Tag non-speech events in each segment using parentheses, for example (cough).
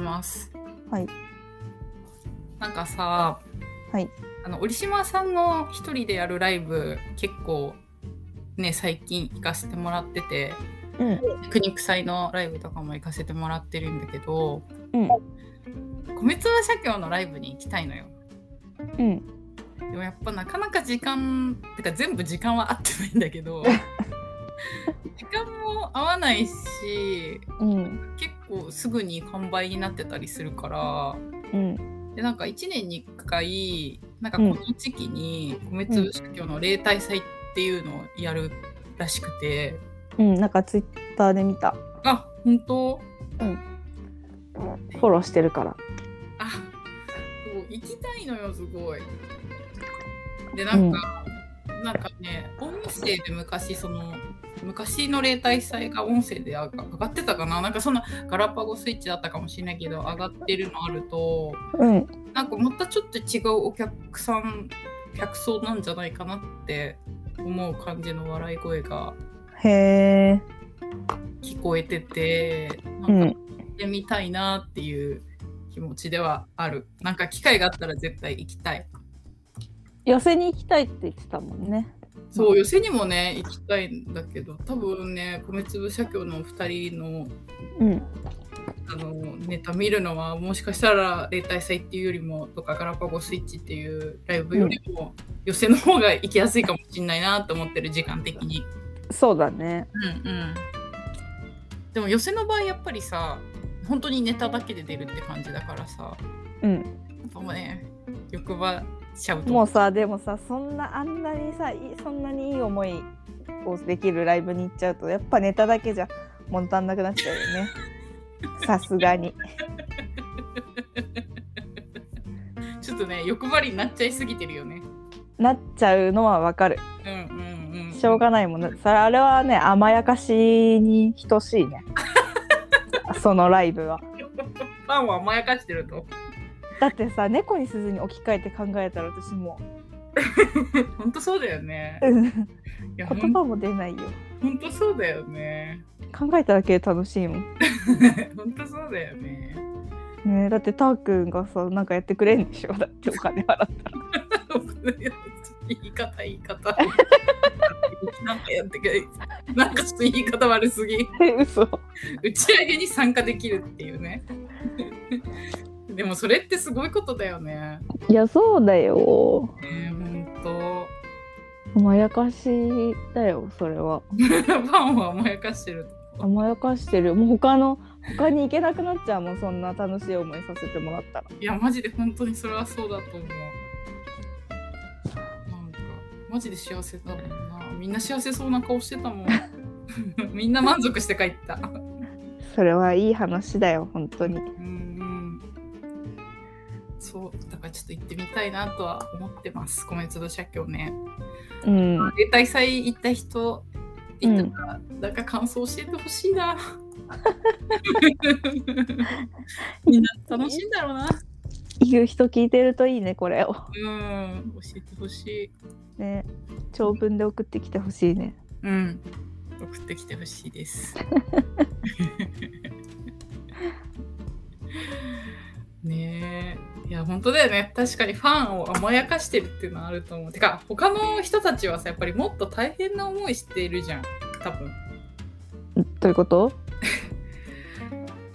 ます。はいなんかさ、はいあの折島さんの一人でやるライブ結構ね最近行かせてもらっててうん国祭のライブとかも行かせてもらってるんだけど、うん米粒社協のライブに行きたいのよ。うんでもやっぱなかなか時間てか全部時間は合ってないんだけ (laughs) ど時間も合わないしうん結構すぐに完売になってたりするからうんでなんか1年に1回なんかこの時期に米粒社協の例大祭っていうのをやるらしくて、うんなんかツイッターで見たあ本当フォローしてるからあそう行きたいのよすごい。でなんか、なんかね音声で昔その昔の例大祭が音声で上が上がってたかななんかそんなガラパゴスイッチだったかもしれないけど上がってるのあるとうんなんかまたちょっと違うお客さん客層なんじゃないかなって思う感じの笑い声がへえ聞こえててなうんか行んってみたいなっていう気持ちではあるなんか機会があったら絶対行きたい寄せに行きたいって言ってたもんねそう寄せにもね行きたいんだけど多分ね米粒社協のお二人のうんあのネタ見るのはもしかしたら例大祭っていうよりもとかガラパゴスイッチっていうライブよりも、寄せの方が行きやすいかもしれないなと思ってる時間的に。そうだねうんうん、でも寄せの場合やっぱりさ本当にネタだけで出るって感じだからさうんやっぱもうね欲張っちゃうともうさでもさそんなあんなにさいそんなにいい思いをできるライブに行っちゃうとやっぱネタだけじゃ物足んなくなっちゃうよね (laughs) さすがにちょっとね欲張りになっちゃいすぎてるよね。なっちゃうのはわかるうんうんうん、しょうがないもんねそれあれはね甘やかしに等しい (laughs) ねそのライブはファンを甘やかしてると。だってさ猫に鈴に置き換えて考えたら私も本当そうだよねう。うんいや、ほん言葉も出ないよ本当そうだよね。 (laughs) 考えただけで楽しいもん本当そうだよね。ねえだってたーくんがさなんかやってくれんでしょだってお金払って (laughs) 言い方言い方。なんかやってくれ。なんかちょっと言い方悪すぎ。嘘打ち上げに参加できるっていうね。 (laughs) でもそれってすごいことだよね。いやそうだよえー、本甘やかしだよそれは当。ファンを甘やかしてると。甘やかしてるもう他の他に行けなくなっちゃうもんそんな楽しい思いさせてもらったらいや、マジで本当にそれはそうだと思う。なんか、マジで幸せだもんな。みんな幸せそうな顔してたもん。 (laughs) みんな満足して帰った。それはいい話だよ本当にうんうん。そう、だからちょっと行ってみたいなとは思ってます。米粒社協ね。うん例大祭行った人、行ったから、なんか感想教えてほしいな。 (laughs) みんな楽しいんだろうな。言う人聞いてるといいねこれをうん、教えてほしい。ね長文で送ってきてほしいねうん。送ってきてほしいです。 (laughs) ねえ。いや、本当だよね。確かにファンを甘やかしてるっていうのはあると思う。てか、他の人たちはさ、やっぱりもっと大変な思いしてるじゃん。多分。どういうこと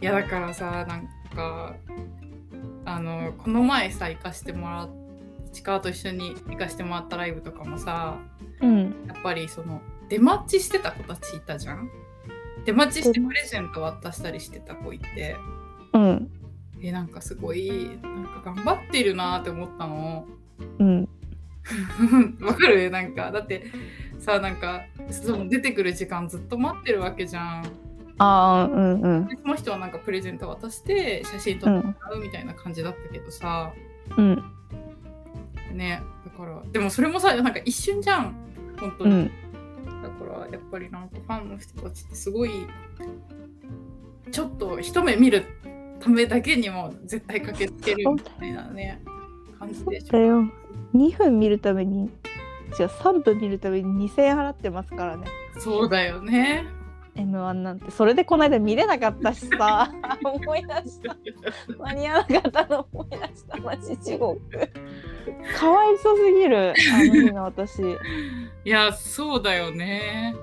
いや、だからさ、なんか、あの、この前さ、行かしてもらっ市川と一緒に行かしてもらったライブとかもさ、うんやっぱりその出待ちしてた子たちいたじゃん出待ちしてプレゼント渡したりしてた子いてうんえなんかすごいなんか頑張ってるなーって思ったの (laughs) うんわかるなんかだってさなんかその出てくる時間ずっと待ってるわけじゃんああうんうんでその人はなんかプレゼント渡して写真撮うってもんらうみたいな感じだったけどさ、うんねだからでもそれもさなんか一瞬じゃん本当うに、んだからやっぱりなんかファンの人たちってすごいちょっと一目見るためだけにも絶対駆けつけるみたいなね感じでしだょ。よ2分見るためにじゃあ3分見るために2000円払ってますからねそうだよね。 M1 なんてそれでこの間見れなかったしさ (laughs) 思い出した間に合わなかったの思い出したマジ地獄かわいそうすぎるあの日の私いやそうだよね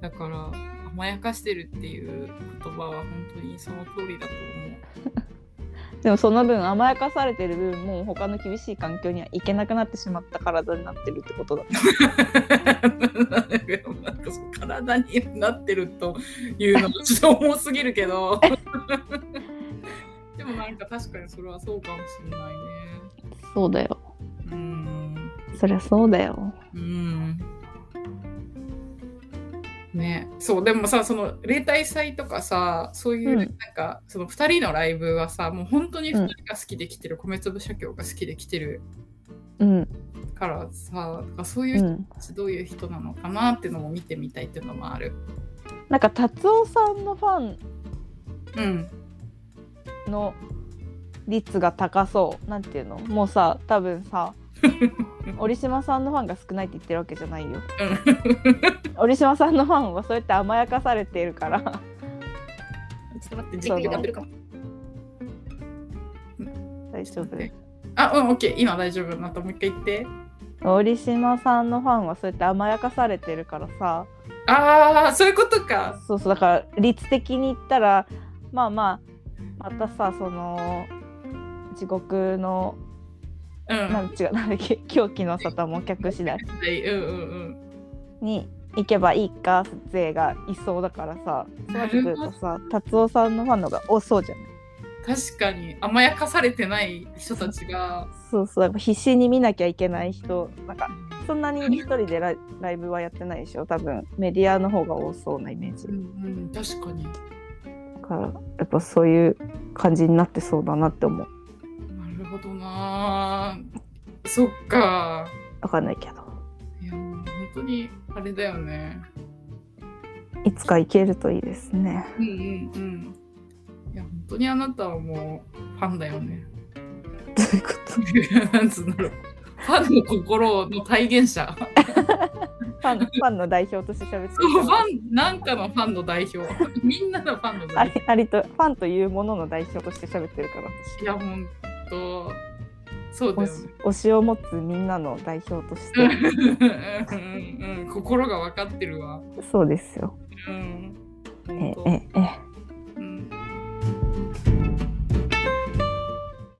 だから甘やかしてるっていう言葉は本当にその通りだと思うでもその分甘やかされてる分もう他の厳しい環境には行けなくなってしまった体になってるってことだ (laughs) なんかそう体になってるというのがちょっと重すぎるけど (laughs) でもなんか確かにそれはそうかもしれないねそうだようんそりゃそうだようんねそうでもさその例大祭とかさそういう、うんなんかその2人のライブはさもう本当にうん2人が好きで来てる、米粒社協が好きで来てるうんからさなんかそういうう人んたちどういう人なのかなっていうのも見てみたいっていうのもある。なんか達夫さんのファンうんの率が高そうなんていうのもうさ多分さ折島さんのファンが少ないって言ってるわけじゃないよ折島さんのファンはそうやって甘やかされてるからちょっと待って、じっくり歌ってるかも。大丈夫あ、うん、オッケー、今大丈夫。またもう一回言って。折島さんのファンはそうやって甘やかされてるからさああ、そういうことか。そうそうだから率的に言ったらまあまあまたさその地獄のうん。なはん違うなんだっけ狂気の沙汰も客次第い、うんうんに行けばいいか勢がいそうだからさそうなってくるとさ達夫さんのファンの方が多そうじゃないうん。確かに甘やかされてない人たちが。そうそうやっぱ必死に見なきゃいけない人なんかそんなに一人でライライブはやってないでしょ多分メディアの方が多そうなイメージうんうん、確かに。なだからやっぱそういう感じになってそうだなって思うるほどなー。そっか。わかんないけどいや、もう本当にあれだよね。いつか行けるといいですねうんうんうん。いや、本当にあなたはもうファンだよね。 (laughs) どういうこなんつうんだろう。ファンの心の体現者。とファンファンの代表として喋ってそうファン、なんかのファンの代表。みんなのファンのあ代り表。ありとファンというものの代表として喋ってるから私いや、ほんと。そうだ推よしね。推しを持つみんなの代表としうんてうんうん心が分かってるわ。そうですよ。うん。えほんとえええ